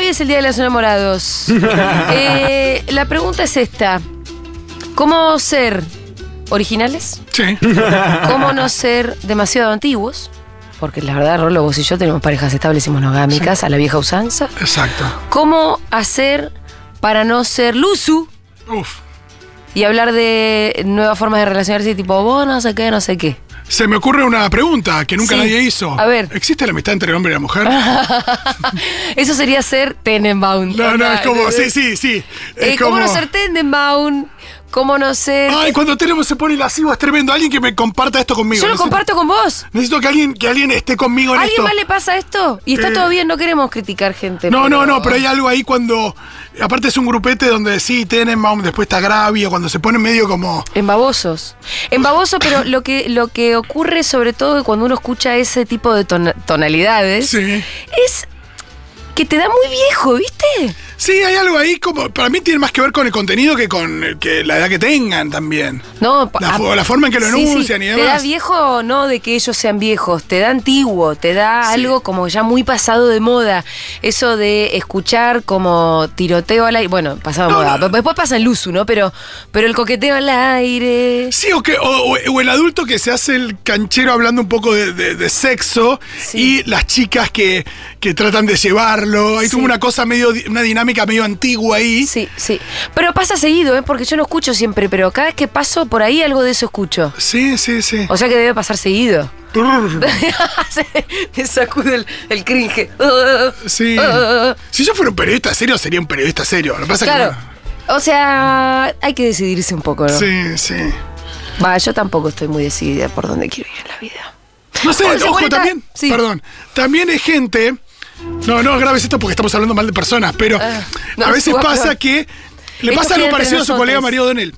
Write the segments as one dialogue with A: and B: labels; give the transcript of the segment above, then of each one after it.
A: es el Día de los Enamorados. Eh, la pregunta es esta. ¿Cómo ser originales?
B: Sí.
A: ¿Cómo no ser demasiado antiguos? Porque la verdad, Rolo, vos y yo tenemos parejas estables y monogámicas a la vieja usanza.
B: Exacto.
A: ¿Cómo hacer para no ser luzu
B: Uf.
A: y hablar de nuevas formas de relacionarse tipo vos no sé qué, no sé qué?
B: Se me ocurre una pregunta que nunca
A: Sí.
B: nadie hizo.
A: A ver.
B: ¿Existe la amistad entre el hombre y la mujer?
A: Eso sería ser Tenenbaum.
B: No, no,
A: Onda,
B: es como,
A: ¿entendés?
B: sí, sí, sí.
A: Eh,
B: Es
A: ¿Cómo
B: como.
A: no ser Tenenbaum? ¿Cómo no ser...?
B: Ay, cuando tenemos se pone lascivo, es tremendo. Alguien que me comparta esto conmigo.
A: yo lo
B: Necesito-
A: comparto con vos.
B: Necesito que alguien, que alguien esté conmigo en
A: ¿A alguien
B: esto.
A: más le pasa esto? Y está
B: Eh,
A: todo bien, no queremos criticar gente.
B: No, no, no, pero hay algo ahí cuando. Aparte es un grupete donde sí, Tenenbaum, después está Gravio, cuando se pone medio como.
A: En babosos. En baboso, pero lo que, lo que ocurre sobre todo cuando uno escucha ese tipo de tona- tonalidades
B: Sí.
A: es que te da muy viejo, ¿viste?
B: Sí, hay algo ahí como. Para mí tiene más que ver con el contenido que con eh, que la edad que tengan también.
A: No, pa-
B: La
A: a-
B: fo- la forma en que lo
A: Sí, sí,
B: enuncian y
A: Te da
B: demás.
A: viejo no de que ellos sean viejos, te da antiguo, te da
B: Sí.
A: algo como ya muy pasado de moda. Eso de escuchar como tiroteo al aire. Bueno, pasado de
B: No,
A: moda.
B: no.
A: Después pasa el uso, ¿no? Pero, pero el coqueteo al aire.
B: Sí, o, que, o, o- o el adulto que se hace el canchero hablando un poco de, de- de sexo
A: Sí.
B: y las chicas que, que tratan de llevarlo. Ahí
A: Sí.
B: tuvo una cosa medio, di- una dinámica medio antigua ahí.
A: Sí, sí. Pero pasa seguido, ¿eh? Porque yo no escucho siempre, pero cada vez que paso por ahí algo de eso escucho.
B: Sí, sí, sí.
A: O sea que debe pasar seguido. Se- Te sacude el, el cringe.
B: Sí. Si yo fuera un periodista serio, sería un periodista serio. Lo que pasa es
A: Claro. O sea, hay que decidirse un poco, ¿no?
B: que. bueno, sí, sí.
A: Va, yo tampoco estoy muy decidida por dónde quiero ir en la vida.
B: No sé,
A: Once,
B: ojo,
A: cuarenta-
B: también.
A: sí.
B: Perdón. También hay gente. No, no grabes esto porque estamos hablando mal de personas, pero
A: Ah, no,
B: a veces
A: suba,
B: pasa
A: perdón.
B: que le
A: Esto
B: pasa
A: queda
B: algo
A: entre
B: parecido a su
A: nosotros.
B: colega Mario Donel.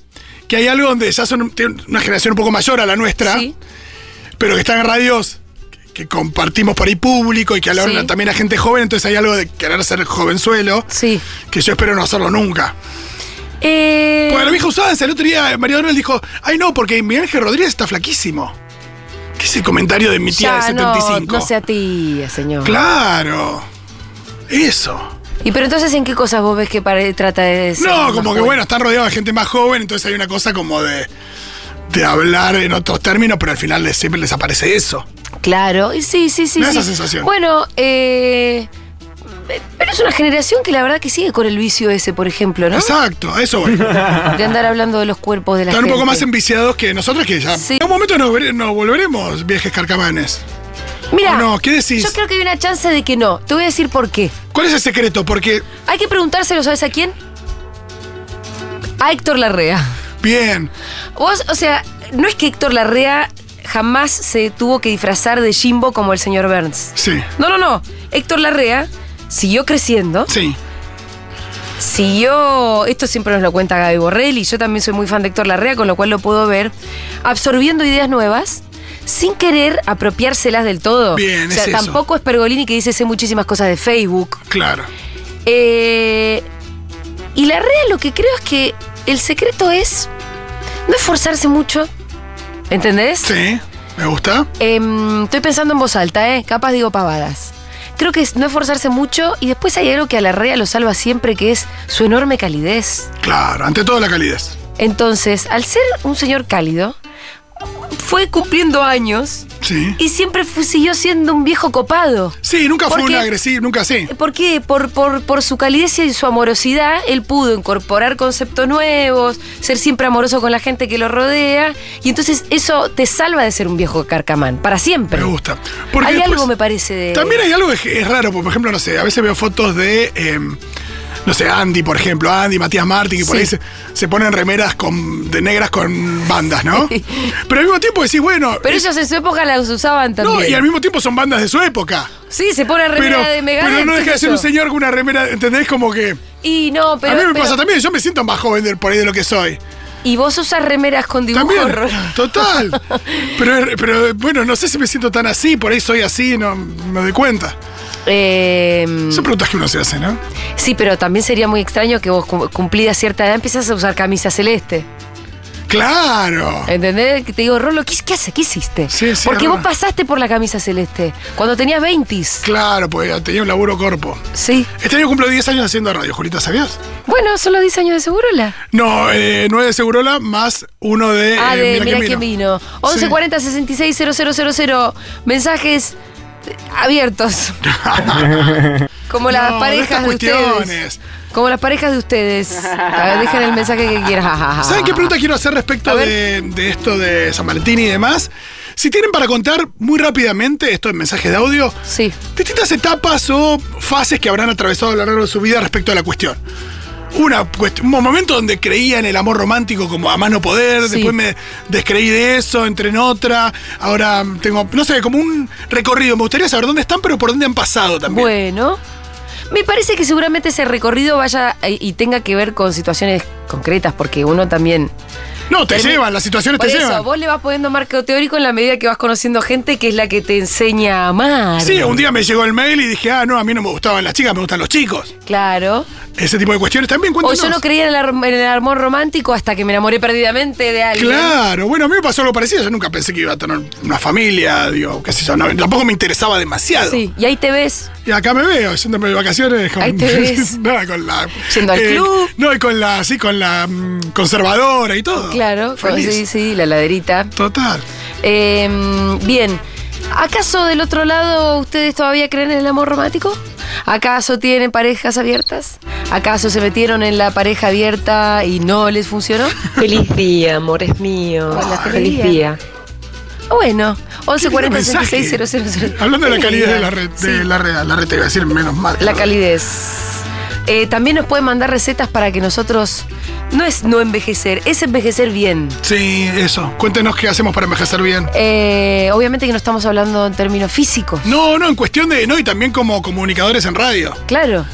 B: Que hay algo donde ya son tienen una generación un poco mayor a la nuestra,
A: Sí.
B: pero que están en radios que- que compartimos por ahí público y que hablan
A: Sí.
B: también a gente joven, entonces hay algo de querer ser jovenzuelo
A: Sí.
B: que yo espero no hacerlo nunca.
A: Eh,
B: Porque la vieja usada, el otro día Mario Donel dijo, ay no, porque mi Ángel Rodríguez está flaquísimo. ¿Qué es el comentario de mi tía de
A: ya, no,
B: 75?
A: No, sea tía, señor.
B: Claro. Eso.
A: ¿Y pero entonces en qué cosas vos ves que pare- trata de ser
B: no,
A: más
B: como que
A: joven?
B: bueno, están rodeados de gente más joven, entonces hay una cosa como de, de hablar en otros términos, pero al final les- siempre les aparece eso.
A: Claro, y sí, sí, sí.
B: Me da
A: sí.
B: esa sensación.
A: Bueno, eh, pero es una generación que la verdad que sigue con el vicio ese, por ejemplo, ¿no?
B: Exacto, a eso voy. Están
A: De andar hablando de los cuerpos de la
B: un
A: gente.
B: poco más enviciados que nosotros que ya.
A: Sí.
B: En un momento nos, vere- nos volveremos viejes carcamanes.
A: Mira,
B: ¿O no? ¿Qué decís?
A: yo creo que hay una chance de que no. Te voy a decir por qué.
B: ¿Cuál es el secreto? Porque,
A: Hay que preguntárselo, ¿sabes a quién? A Héctor Larrea.
B: bien,
A: Vos, o sea, no es que Héctor Larrea jamás se tuvo que disfrazar de Jimbo como el señor Burns.
B: sí,
A: No, no, no. Héctor Larrea siguió creciendo.
B: sí.
A: siguió, esto siempre nos lo cuenta Gaby Borrelli, yo también soy muy fan de Héctor Larrea, con lo cual lo puedo ver, absorbiendo ideas nuevas. Sin querer apropiárselas del todo.
B: Bien,
A: o sea,
B: es eso.
A: tampoco es Pergolini que dice sé muchísimas cosas de Facebook.
B: Claro.
A: Eh, y Larrea lo que creo es que el secreto es no esforzarse mucho. ¿Entendés?
B: Sí, me gusta.
A: Em, estoy pensando en voz alta, ¿eh? Capaz digo pavadas. Creo que es no esforzarse mucho y después hay algo que a la rea lo salva siempre, que es su enorme calidez.
B: Claro, ante todo la calidez.
A: Entonces, al ser un señor cálido, fue cumpliendo años
B: Sí.
A: y siempre fu- siguió siendo un viejo copado.
B: Sí, nunca fue
A: Porque-
B: un agresivo, nunca sí.
A: ¿Por qué? Por, por, por su calidez y su amorosidad, él pudo incorporar conceptos nuevos, ser siempre amoroso con la gente que lo rodea, y entonces eso te salva de ser un viejo carcamán, para siempre.
B: Me gusta.
A: Hay
B: después-
A: algo, me parece, de...
B: También hay algo que es raro, porque, por ejemplo, no sé, a veces veo fotos de, eh, no sé, Andy, por ejemplo, Andy, Matías Martín, que por
A: Sí.
B: ahí se, se ponen remeras con, de negras con bandas, ¿no? Pero al mismo tiempo decís, bueno,
A: Pero
B: es-
A: ellos en su época las usaban también.
B: no, y al mismo tiempo son bandas de su época.
A: Sí, se pone remera
B: Pero,
A: de Megadeth.
B: pero no
A: qué
B: deja de
A: sé
B: ser
A: yo.
B: un señor con una remera, ¿entendés? Como que...
A: Y no, pero...
B: a mí me
A: pero-
B: pasa también, yo me siento más joven de- por ahí de lo que soy.
A: Y vos usas remeras con dibujo.
B: También,
A: horror-
B: total. Pero, pero bueno, no sé si me siento tan así, por ahí soy así, no me doy cuenta.
A: Eh,
B: Son preguntas que uno se hace, ¿no?
A: sí, pero también sería muy extraño que vos cum- cumplida cierta edad empiezas a usar camisa celeste.
B: Claro.
A: ¿Entendés? Que te digo, Rolo, ¿qué, qué hace? ¿Qué hiciste?
B: Sí, sí,
A: Porque
B: es
A: vos
B: verdad.
A: pasaste por la camisa celeste cuando tenías 20.
B: Claro, pues tenía un laburo corpo.
A: Sí.
B: Este año cumplo 10 años haciendo radio, Julita, ¿sabías?
A: Bueno, son los 10 años de Segurola.
B: No, eh, 9 de Segurola más uno de.
A: Ah,
B: eh,
A: de
B: Mira
A: Mira
B: quién
A: quién vino. 1140 66 000 Mensajes eh, abiertos. Como las
B: No,
A: parejas
B: de
A: de
B: estas
A: ustedes.
B: cuestiones.
A: Como las parejas de ustedes. A ver, dejen el mensaje que quieran.
B: ¿Saben qué pregunta quiero hacer respecto
A: Ah. A ver.
B: de, de esto de San Valentín y demás? Si tienen para contar muy rápidamente, esto en mensajes de audio,
A: Sí.
B: distintas etapas o fases que habrán atravesado a lo largo de su vida respecto a la cuestión. Una cuest- un momento donde creía en el amor romántico como a más no poder,
A: Sí.
B: después me descreí de eso, entré en otra, ahora tengo, no sé, como un recorrido. Me gustaría saber dónde están, pero por dónde han pasado también.
A: Bueno, me parece que seguramente ese recorrido vaya y y tenga que ver con situaciones concretas, porque uno también.
B: no, te
A: termi-
B: llevan, las situaciones
A: Por
B: te
A: eso,
B: llevan.
A: vos le vas poniendo marco teórico en la medida que vas conociendo gente que es la que te enseña a amar.
B: Sí, un día me llegó el mail y dije, ah, no, a mí no me gustaban las chicas, me gustan los chicos.
A: Claro.
B: Ese tipo de cuestiones también
A: O
B: cuéntanos.
A: yo no creía en el, ar- en el amor romántico hasta que me enamoré perdidamente de alguien.
B: Claro, bueno, a mí me pasó algo parecido. Yo nunca pensé que iba a tener una familia, digo, qué sé yo. no, tampoco me interesaba demasiado.
A: Sí, y ahí te ves.
B: Y acá me veo, yéndome de vacaciones con.
A: Ahí te ves.
B: nada, con la. eh,
A: Yendo al club.
B: No, y con la, sí, con la mm, conservadora y todo.
A: Claro, con-
B: Feliz.
A: sí, sí, la laderita.
B: Total.
A: Eh, bien. ¿Acaso del otro lado ustedes todavía creen en el amor romántico? ¿Acaso tienen parejas abiertas? ¿Acaso se metieron en la pareja abierta y no les funcionó?
C: Feliz día, amores míos.
A: Hola, feliz
C: feliz
A: día.
C: día.
A: Bueno,
B: Qué lindo
A: 1140
B: mensaje.
A: 66
B: Hablando de la calidez de la red,
A: Sí,
B: de la red, la red te iba a decir menos mal.
A: la calidez. Eh, también nos pueden mandar recetas para que nosotros. No es no envejecer, es envejecer bien.
B: Sí, eso. Cuéntenos qué hacemos para envejecer bien.
A: Eh, obviamente que no estamos hablando en términos físicos.
B: No, no, en cuestión de. No, y también como comunicadores en radio.
A: Claro,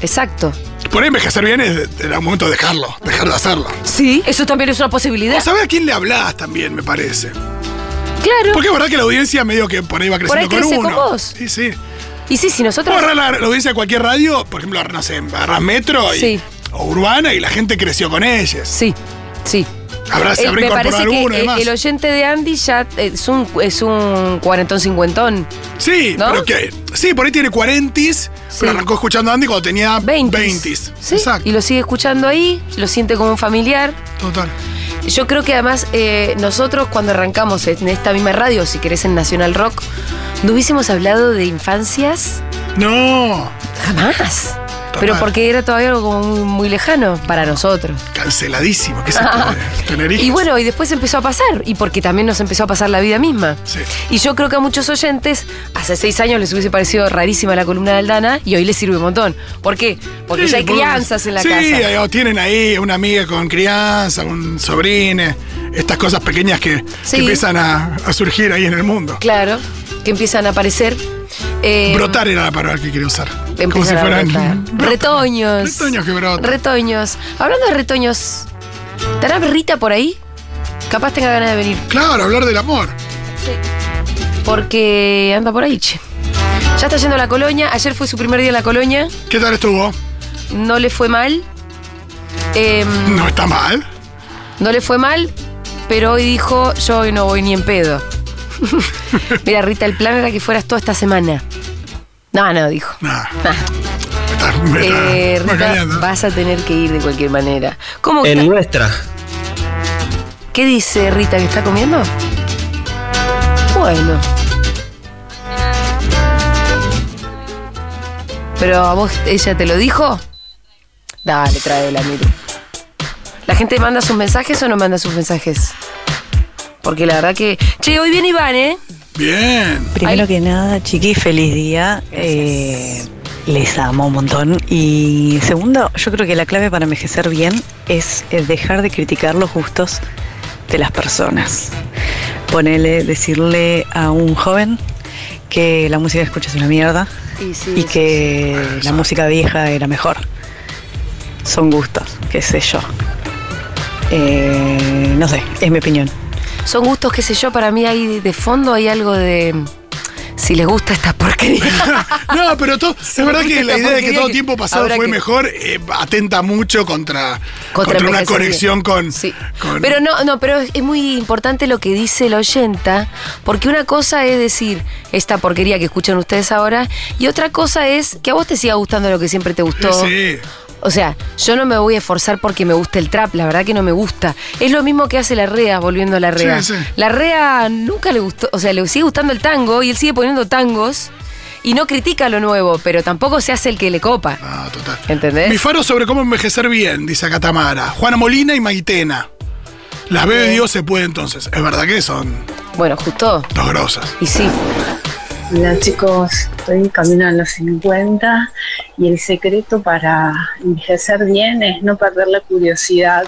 A: exacto.
B: Por ahí envejecer bien es en algún momento dejarlo, dejar de hacerlo.
A: Sí, eso también es una
B: O
A: posibilidad.
B: saber a quién le hablas también, me parece.
A: Claro.
B: Porque es verdad que la audiencia medio que por ahí va
A: Por ahí
B: creciendo
A: crece
B: con uno.
A: con vos.
B: Sí, sí.
A: Y sí, si nosotros.
B: Vos agarrás la, la audiencia de cualquier radio, por ejemplo, no sé, agarrás Metro y-
A: Sí.
B: o Urbana y la gente creció con ellas.
A: Sí, sí.
B: Habrá, Ah, se
A: Eh,
B: habrá
A: me
B: incorporado
A: parece que
B: alguno y
A: eh,
B: demás.
A: el oyente de Andy ya eh, es un, es un cuarentón cincuentón.
B: Sí,
A: ¿no?
B: pero que. Sí, por ahí tiene 40
A: Sí.
B: pero arrancó escuchando a Andy cuando tenía
A: 20.
B: 20
A: ¿Sí?
B: Exacto.
A: Y lo sigue escuchando ahí, lo siente como un familiar.
B: Total.
A: Yo creo que además eh, nosotros cuando arrancamos en esta misma radio, si querés en Nacional Rock, no hubiésemos hablado de infancias
B: No.
A: jamás.
B: Total.
A: Pero porque era todavía algo como muy, muy lejano para nosotros.
B: Canceladísimo. ¿Qué se puede tener hijos?
A: Y bueno, y después empezó a pasar, y porque también nos empezó a pasar la vida misma.
B: Sí.
A: Y yo creo que a muchos oyentes, hace seis años les hubiese parecido rarísima la columna de Aldana, y hoy les sirve un montón. ¿Por qué? Porque
B: Sí,
A: ya hay
B: por-
A: crianzas en la
B: sí,
A: casa.
B: eh, o tienen ahí una amiga con crianza, un sobrino, estas cosas pequeñas que, que
A: Sí.
B: empiezan a, a surgir ahí en el mundo.
A: Claro, que empiezan a aparecer. eh,
B: Brotar era la palabra que quería usar. Como si
A: empiezan a
B: fueran
A: brotar.
B: brotan.
A: Retoños.
B: Retoños que brotan.
A: Retoños. Hablando de retoños, ¿estará Rita por ahí? Capaz tenga ganas de venir.
B: Claro, hablar del amor.
A: Porque anda por ahí, che. Ya está yendo a la colonia. Ayer fue su primer día en la colonia.
B: ¿Qué tal estuvo?
A: No le fue mal. Em,
B: No está mal.
A: no le fue mal, pero hoy dijo: Yo hoy no voy ni en pedo. Mira, Rita, el plan era que fueras toda esta semana. No, no, dijo.
B: Nada.
A: Nah.
B: Me está, me está
A: Eh, Rita,
B: macaneando.
A: vas a tener que ir de cualquier manera. ¿Cómo que
D: En
A: está-
D: nuestra.
A: ¿Qué dice Rita que está comiendo? Bueno. Pero a vos ella te lo dijo. Dale, tráela, mire. ¿La gente manda sus mensajes o no manda sus mensajes? Porque la verdad que. Che, hoy viene Iván, ¿eh?
B: Bien.
E: Primero
A: Ay.
E: que nada, chiquis, feliz día. Eh, les amo un montón. Y segundo, yo creo que la clave para envejecer bien es eh, dejar de criticar los gustos de las personas. Ponele, decirle a un joven que la música que escucha es una mierda
A: Y, sí,
E: y que la música vieja era mejor. Son gustos, qué sé yo. Eh, no sé, es mi opinión.
A: Son gustos, qué sé yo, para mí ahí de fondo hay algo de. si les gusta esta porquería.
B: no, pero todo,
A: Sí,
B: es verdad
A: porque
B: que la
A: esta
B: idea de que
A: porquería
B: todo
A: que-
B: tiempo pasado
A: ahora
B: fue
A: que-
B: mejor eh, atenta mucho contra,
A: Contra
B: contra,
A: el
B: una
A: envejecimiento.
B: conexión con.
A: Sí.
B: con-
A: Pero no, no, pero es, es muy importante lo que dice la oyenta, porque una cosa es decir esta porquería que escuchan ustedes ahora, y otra cosa es que a vos te siga gustando lo que siempre te gustó.
B: Sí.
A: O sea, yo no me voy a esforzar porque me gusta el trap, la verdad que no me gusta. Es lo mismo que hace la REA, volviendo a la REA.
B: Sí, sí.
A: La REA nunca le gustó, o sea, le sigue gustando el tango y él sigue poniendo tangos y no critica lo nuevo, pero tampoco se hace el que le copa.
B: No, Ah, total.
A: ¿Entendés?
B: Mi faro sobre cómo envejecer bien, dice acá Tamara. Juana Molina y Maitena. Las veo y digo se puede entonces. Es verdad que son
A: Bueno, justo.
B: dos grosas.
A: Y sí.
D: Hola chicos, estoy camino a los 50 y el secreto para envejecer bien es no perder la curiosidad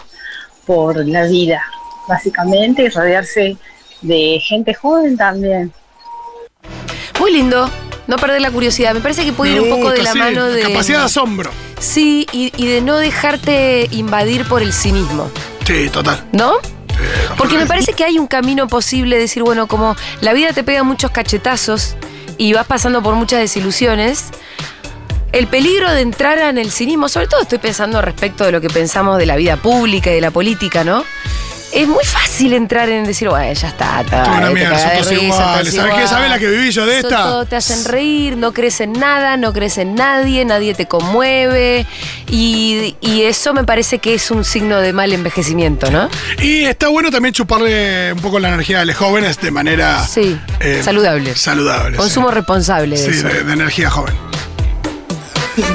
D: por la vida, básicamente, y rodearse de gente joven también.
A: Muy lindo. No perder la curiosidad. Me parece que puede
B: Me
A: ir un poco de
B: gusta,
A: la
B: sí,
A: mano de.
B: Capacidad de asombro.
A: Sí, y, y de no dejarte invadir por el cinismo,
B: Sí, total.
A: ¿no?
B: Eh,
A: Porque me parece que hay un camino posible de decir, bueno, como la vida te pega muchos cachetazos y vas pasando por muchas desilusiones. El peligro de entrar en el cinismo, sobre todo estoy pensando respecto de lo que pensamos de la vida pública y de la política, ¿no? Es muy fácil entrar en decir, bueno, ya está, está.
B: Esto es una
A: te
B: mierda,
A: cagás
B: son
A: de
B: todos
A: risa,
B: iguales.
A: todos
B: ¿Sabés qué?
A: iguales.
B: ¿Sabés la que viví yo de
A: Son
B: esta?
A: todos- te hacen reír, no crees en nada, no crees en nadie, nadie te conmueve. Y, y eso me parece que es un signo de mal envejecimiento, ¿no?
B: Y está bueno también chuparle un poco la energía a los jóvenes de manera.
A: Sí,
B: eh,
A: saludable.
B: Saludable.
A: Consumo responsable
B: sí.
A: de
B: Sí,
A: eso.
B: de, de energía joven.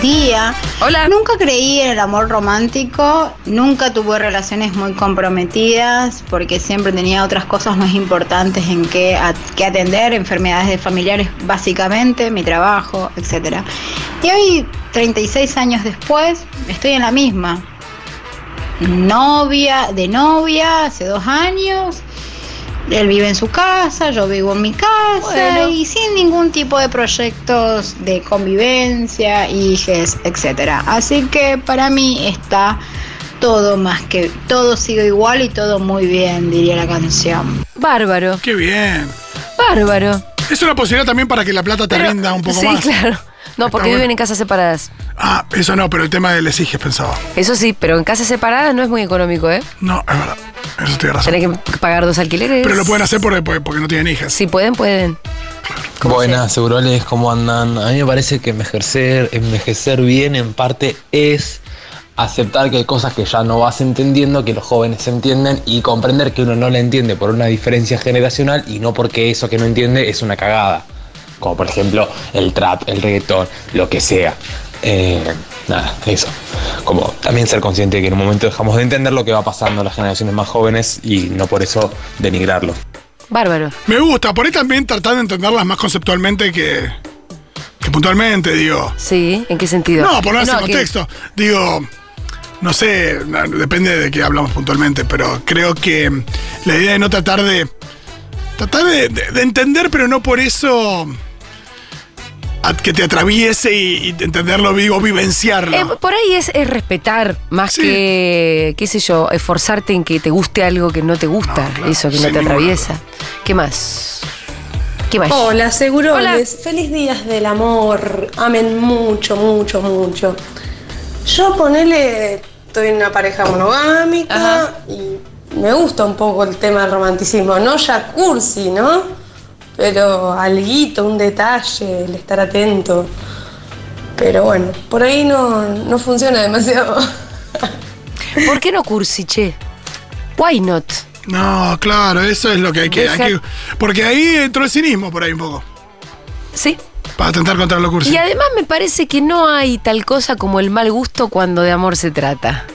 F: día.
A: Hola.
F: Nunca creí en el amor romántico, nunca tuve relaciones muy comprometidas porque siempre tenía otras cosas más importantes en que, a- que atender, enfermedades de familiares básicamente, mi trabajo, etc. Y hoy, 36 años después, estoy en la misma. Novia, de novia, hace dos años. Él vive en su casa, yo vivo en mi casa
A: Bueno.
F: y sin ningún tipo de proyectos de convivencia, hijes, etcétera. Así que para mí está todo más que todo sigue igual y todo muy bien, diría la canción.
A: Bárbaro,
B: Qué bien.
A: bárbaro.
B: Es una posibilidad también para que la plata te
A: Pero-
B: rinda un poco
A: sí,
B: más.
A: claro. No,
B: Está
A: porque
B: bueno.
A: viven en casas separadas.
B: Ah, eso no, pero el tema del exiges pensaba.
A: Eso sí, pero en casas separadas no es muy económico, ¿eh?
B: No, es verdad. Eso tiene razón.
A: Tenés que pagar dos alquileres.
B: Pero lo pueden hacer porque, porque- porque no tienen hijas.
A: Si pueden, pueden. ¿Cómo
G: Buenas, seguroles, ¿cómo andan? A mí me parece que envejecer, envejecer bien en parte es aceptar que hay cosas que ya no vas entendiendo, que los jóvenes entienden y comprender que uno no la entiende por una diferencia generacional y no porque eso que no entiende es una cagada. Como por ejemplo el trap, el reggaetón, lo que sea. Eh, nada, eso. Como también ser consciente de que en un momento dejamos de entender lo que va pasando en las generaciones más jóvenes y no por eso denigrarlo.
A: Bárbaro.
B: Me gusta, por ahí también tratar de entenderlas más conceptualmente que, que puntualmente, digo.
A: Sí, ¿en qué sentido?
B: No, ponerse en
A: que-
B: contexto. Digo, no sé, na- depende de qué hablamos puntualmente, pero creo que mm, la idea de no tratar de. Tratar de, de- de entender, pero no por eso. a- que te atraviese y, y entenderlo, digo, vivenciarlo.
A: Eh, por ahí es, es respetar más
B: Sí.
A: que, qué sé yo, esforzarte en que te guste algo que no te gusta,
B: No, claro,
A: eso que no
B: sin
A: te
B: ninguna
A: atraviesa. ¿Qué más? ¿Qué más?
H: Hola, seguro.
A: Hola.
H: Feliz días del amor. Amen mucho, mucho, mucho. Yo ponele, estoy en una pareja monogámica
A: Ajá.
H: y me gusta un poco el tema del romanticismo. No ya cursi, ¿no? Pero alguito, un detalle, el estar atento. Pero bueno, por ahí no, no funciona demasiado.
A: ¿Por qué no cursi, che? Why not?
B: No, claro, eso es lo que hay que, hay
A: Deja-
B: que- Porque ahí entró el cinismo por ahí un poco.
A: ¿Sí?
B: Para atentar contra lo cursi.
A: Y además me parece que no hay tal cosa como el mal gusto cuando de amor se trata.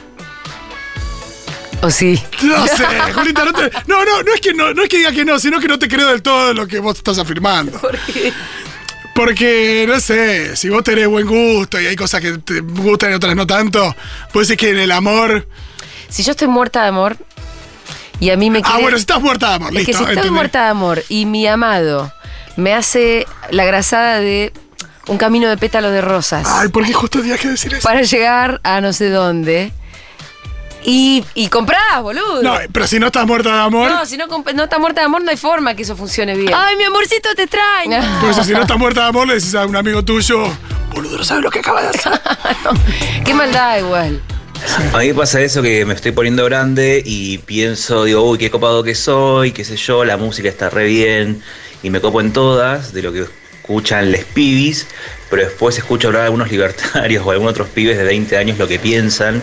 A: ¿O sí?
B: No sé, Julita, no te- No, no, no es, que no, no es que diga que no, sino que no te creo del todo lo que vos estás afirmando. Porque, no sé, si vos tenés buen gusto y hay cosas que te gustan y otras no tanto, pues es que en el amor.
A: Si yo estoy muerta de amor y a mí me
B: Ah,
A: quiere-
B: bueno, si estás muerta de amor,
A: Es
B: listo.
A: que si estoy
B: entendí.
A: muerta de amor y mi amado me hace la grasada de un camino de pétalo de rosas
B: Ay, ¿por qué justo tenías que decir eso?
A: para llegar a no sé dónde, Y, y comprás, boludo.
B: No, pero si no estás muerta de amor.
A: No, si no, comp- no está muerta de amor, no hay forma que eso funcione bien. Ay, mi amorcito, te extraño.
B: Por eso, si no estás muerta de amor, le decís a un amigo tuyo, boludo, no sabes lo que acaba de hacer.
A: Qué maldad igual.
I: A mí pasa eso que me estoy poniendo grande y pienso, digo, uy, qué copado que soy, qué sé yo, la música está re bien y me copo en todas de lo que escuchan les pibis, pero después escucho hablar a algunos libertarios o algunos otros pibes de 20 años lo que piensan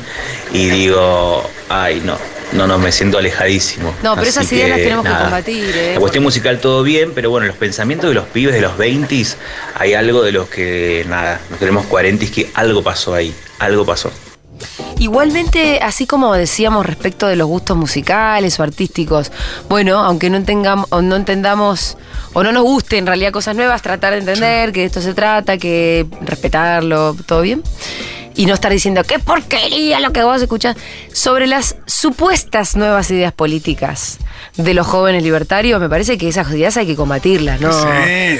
I: y digo, ay, no, no, no, me siento alejadísimo.
A: No, pero esas
I: Así
A: ideas
I: que,
A: las tenemos que
I: nada.
A: combatir, ¿eh?
I: La cuestión musical todo bien, pero bueno, los pensamientos de los pibes de los 20 hay algo de los que, nada, nos tenemos 40 que algo pasó ahí, algo pasó.
A: Igualmente, así como decíamos respecto de los gustos musicales o artísticos, bueno, aunque no entengamos, o no entendamos, o no nos guste en realidad cosas nuevas, tratar de entender que de esto se trata, que respetarlo, todo bien. Y no estar diciendo, qué porquería lo que vos escuchás. Sobre las supuestas nuevas ideas políticas de los jóvenes libertarios, me parece que esas ideas hay que combatirlas, ¿no?
B: Sí,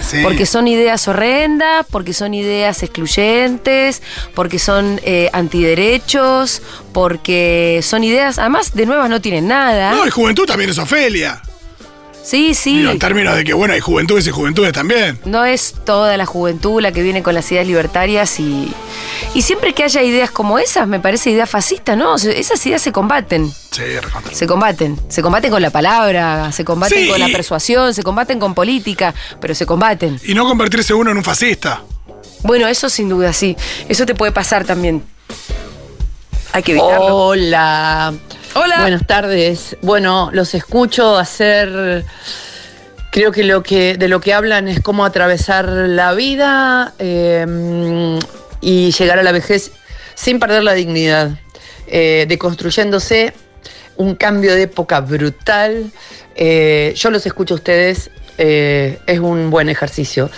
B: sí.
A: Porque son ideas horrendas, porque son ideas excluyentes, porque son eh, antiderechos, porque son ideas, además de nuevas no tienen nada.
B: No, y juventud también es Ofelia.
A: sí, sí.
B: Digo, en términos de que, bueno, hay juventudes y juventudes también.
A: No es toda la juventud la que viene con las ideas libertarias y, y siempre que haya ideas como esas, me parece idea fascista, ¿no? O sea, Esas ideas se combaten,
B: Sí, recontra.
A: se combaten, se combaten con la palabra, se combaten
B: Sí,
A: con la
B: y-
A: persuasión, se combaten con política, pero se combaten.
B: Y no convertirse uno en un fascista.
A: Bueno, eso sin duda, sí. Eso te puede pasar también. Hay que
J: Oh,
A: evitarlo.
K: Hola.
A: Hola.
K: Buenas tardes. Bueno, los escucho hacer. Creo que lo que de lo que hablan es cómo atravesar la vida eh, y llegar a la vejez sin perder la dignidad, eh, deconstruyéndose un cambio de época brutal. Eh, yo los escucho a ustedes, eh, es un buen ejercicio.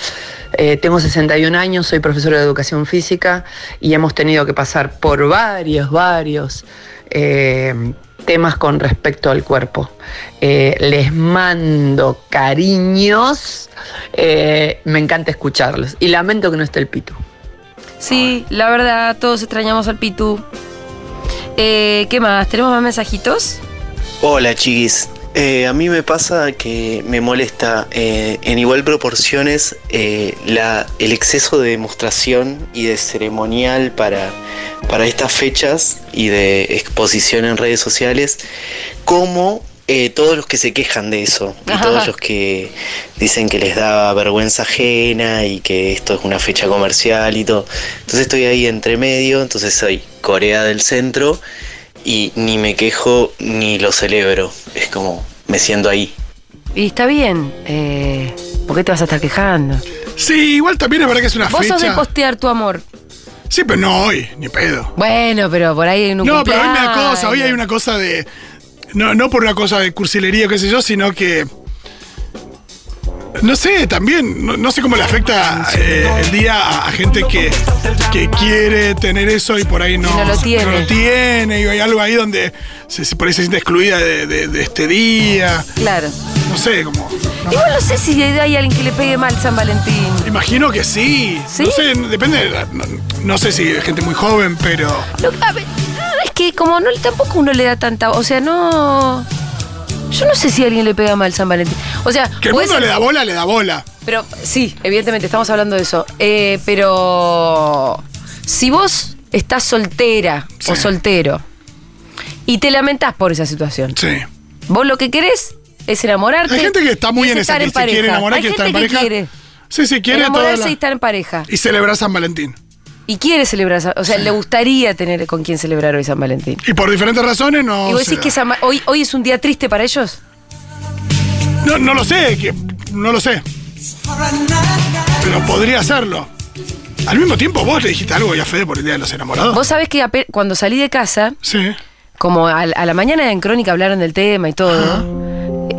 K: Eh, tengo 61 años, soy profesora de educación física y hemos tenido que pasar por varios, varios eh, temas con respecto al cuerpo. Eh, les mando cariños, eh, me encanta escucharlos y lamento que no esté el pito.
A: Sí, la verdad, todos extrañamos al Pitu. Eh, ¿Qué más? ¿Tenemos más mensajitos?
J: Hola chiquis, Eh, a mí me pasa que me molesta eh, en igual proporciones eh, la- el exceso de demostración y de ceremonial para, para estas fechas y de exposición en redes sociales, como eh, todos los que se quejan de eso y todos los que dicen que les da vergüenza ajena y que esto es una fecha comercial y todo. Entonces estoy ahí entre medio, entonces soy Corea del Centro y ni me quejo ni lo celebro. Es como me siento ahí.
A: Y está bien. eh, ¿Por qué te vas a estar quejando?
B: Sí, igual también es verdad que es una
A: Vos sos de
B: fecha.
A: postear tu amor.
B: Sí, pero no hoy, ni pedo.
A: Bueno, pero por ahí en un
B: No, pero hoy me da
A: cumpleaños.
B: cosa, hoy hay una cosa de. No, no por una cosa de cursilería o qué sé yo, sino que. No sé, también, no, no sé cómo le afecta eh, el día a, a gente que, que quiere tener eso y por ahí no,
A: Y no lo tiene.
B: lo tiene, y hay algo ahí donde se, se- por ahí se siente excluida de, de- de este día.
A: Claro.
B: No sé, como.
A: Igual no sé si hay alguien que le pegue mal San Valentín.
B: Imagino que sí.
A: ¿Sí?
B: No sé, depende. de la- No, no sé si es gente muy joven, pero.
A: Lo que- a ver, es que como no tampoco uno le da tanta. O sea, no. Yo no sé si a alguien le pega mal San Valentín. O sea,
B: Que el
A: puede
B: mundo
A: ser-
B: le da bola, le da bola.
A: Pero sí, evidentemente, estamos hablando de eso. Eh, pero si vos estás soltera o
B: Sí.
A: soltero y te lamentás por esa situación,
B: Sí.
A: vos lo que querés es enamorarte.
B: Hay gente que está muy
A: y es
B: en esa
A: estar
B: que
A: en
B: se quiere
A: pareja.
B: enamorar,
A: Hay
B: que está en
A: gente
B: pareja.
A: que quiere
B: Sí, sí, quiere toda
A: enamorarse
B: la-
A: y estar en pareja.
B: Y celebrar San Valentín.
A: Y quiere celebrar, San- o sea, le gustaría tener con quién celebrar hoy San Valentín.
B: Y por diferentes razones no.
A: ¿Y vos
B: se
A: decís que
B: da.
A: San Va- hoy, hoy es un día triste para ellos?
B: no, no lo sé, que- no lo sé. Pero podría hacerlo. Al mismo tiempo, vos le dijiste algo ya Fede por el día de los enamorados.
A: Vos sabés que ape- cuando salí de casa,
B: Sí.
A: como a, a la mañana en Crónica hablaron del tema y todo,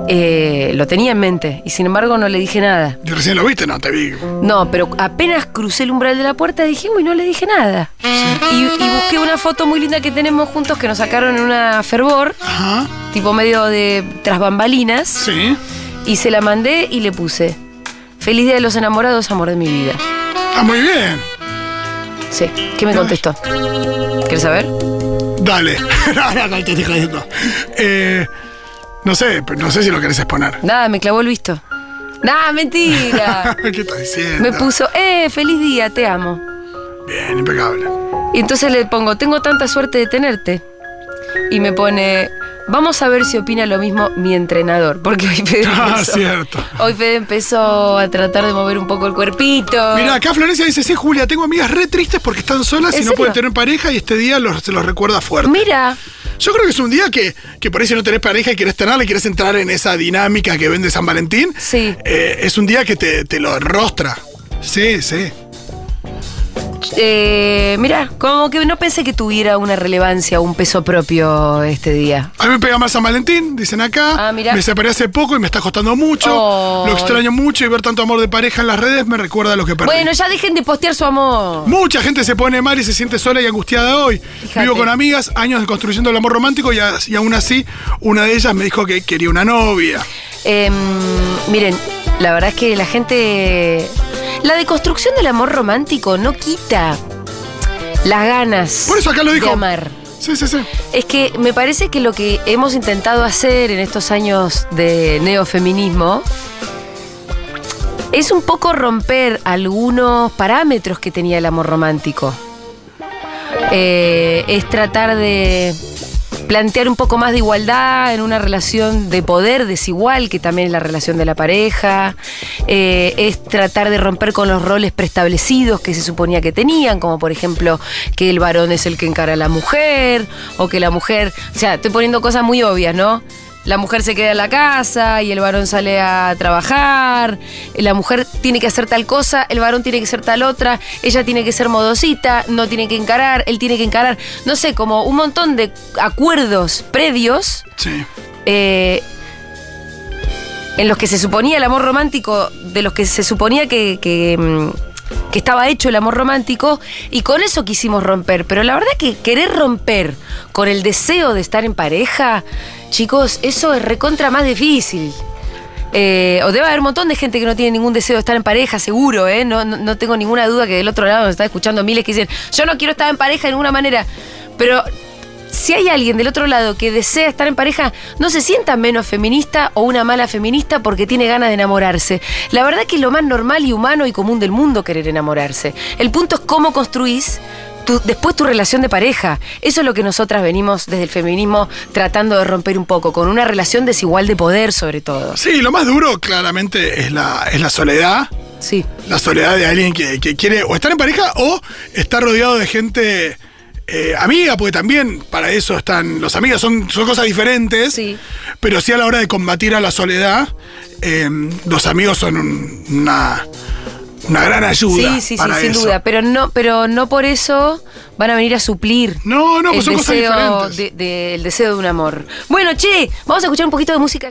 A: eh, lo tenía en mente y sin embargo no le dije nada.
B: Y recién lo viste, no te vi.
A: No, pero apenas crucé el umbral de la puerta dije, uy, no le dije nada. Y, y busqué una foto muy linda que tenemos juntos que nos sacaron en una fervor,
B: Ajá.
A: tipo medio de tras bambalinas,
B: Sí.
A: y se la mandé y le puse, feliz día de los enamorados, amor de mi vida.
B: Ah, muy bien.
A: Sí. ¿Qué me contestó? ¿Quieres saber?
B: Dale. no, no, no, te estoy jodiendo. Eh, no sé, pero no sé si lo querés exponer.
A: Nada, me clavó el visto. Nada, mentira.
B: ¿Qué estás diciendo?
A: Me puso, eh, feliz día, te amo.
B: Bien, impecable.
A: Y entonces le pongo, tengo tanta suerte de tenerte. Y me pone, vamos a ver si opina lo mismo mi entrenador. Porque hoy Fede,
B: Ah,
A: empezó,
B: cierto.
A: hoy Fede empezó a tratar de mover un poco el cuerpito.
B: Mira, acá Florencia dice, sí, Julia, tengo amigas re tristes porque están solas y
A: ¿En
B: no pueden
A: serio?
B: tener pareja y este día los, se los recuerda fuerte.
A: Mira,
B: Yo creo que es un día que, que por ahí si no tenés pareja y querés tenerla y querés entrar en esa dinámica que vende San Valentín,
A: sí.
B: eh, es un día que te, te lo rostra. Sí, sí.
A: Eh, mira, como que no pensé que tuviera una relevancia, un peso propio este día.
B: A mí me pega más San Valentín, dicen acá.
A: Ah, mirá.
B: Me separé hace poco y me está costando mucho.
A: Oh.
B: Lo extraño mucho y ver tanto amor de pareja en las redes me recuerda a lo que perdí.
A: Bueno, ya dejen de postear su amor.
B: Mucha gente se pone mal y se siente sola y angustiada hoy.
A: Fíjate.
B: Vivo con amigas, años de construyendo el amor romántico y, a- y aún así una de ellas me dijo que quería una novia.
A: Eh, miren, la verdad es que la gente. La deconstrucción del amor romántico no quita las ganas
B: Por eso acá lo dijo.
A: de amar.
B: Sí, sí, sí.
A: Es que me parece que lo que hemos intentado hacer en estos años de neofeminismo es un poco romper algunos parámetros que tenía el amor romántico. Eh, es tratar de plantear un poco más de igualdad en una relación de poder desigual, que también es la relación de la pareja, Eh, es tratar de romper con los roles preestablecidos que se suponía que tenían, como por ejemplo que el varón es el que encara a la mujer, o que la mujer, o sea, estoy poniendo cosas muy obvias, ¿no? La mujer se queda en la casa y el varón sale a trabajar. La mujer tiene que hacer tal cosa, el varón tiene que hacer tal otra. Ella tiene que ser modosita, no tiene que encarar, él tiene que encarar. No sé, como un montón de acuerdos previos
B: Sí.
A: eh, en los que se suponía el amor romántico, de los que se suponía que, que, mm, que estaba hecho el amor romántico, y con eso quisimos romper. Pero la verdad que querer romper con el deseo de estar en pareja, chicos, eso es recontra más difícil. Eh, o debe haber un montón de gente que no tiene ningún deseo de estar en pareja, seguro, ¿eh? No, no, no tengo ninguna duda que del otro lado nos están escuchando miles que dicen, yo no quiero estar en pareja de ninguna manera. Pero si hay alguien del otro lado que desea estar en pareja, no se sienta menos feminista o una mala feminista porque tiene ganas de enamorarse. La verdad que es lo más normal y humano y común del mundo querer enamorarse. El punto es cómo construís tu- después tu relación de pareja. Eso es lo que nosotras venimos desde el feminismo tratando de romper un poco, con una relación desigual de poder sobre todo.
B: Sí, lo más duro claramente es la, es la soledad.
A: Sí.
B: La soledad de alguien que, que quiere o estar en pareja o estar rodeado de gente eh, amiga, porque también para eso están los amigos, son, son cosas diferentes.
A: Sí.
B: Pero sí a la hora de combatir a la soledad, eh, los amigos son un- una, una gran ayuda.
A: Sí, sí, sí,
B: para
A: sin
B: eso.
A: duda. Pero no, pero no por eso van a venir a suplir.
B: No, no,
A: el
B: pues son cosas
A: deseo
B: diferentes.
A: de- de- el deseo de un amor. Bueno, che, vamos a escuchar un poquito de música.